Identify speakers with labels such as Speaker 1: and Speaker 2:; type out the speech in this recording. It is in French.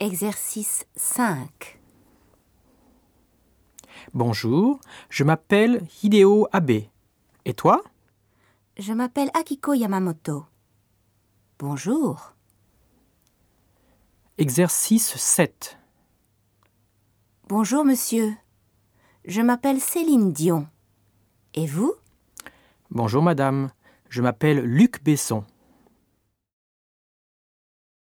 Speaker 1: Exercice 5.
Speaker 2: Bonjour, je m'appelle Hideo Abe. Et toi
Speaker 1: Je m'appelle Akiko Yamamoto. Bonjour.
Speaker 2: Exercice 7.
Speaker 1: Bonjour, monsieur. Je m'appelle Céline Dion. Et vous
Speaker 2: Bonjour madame, je m'appelle Luc Besson.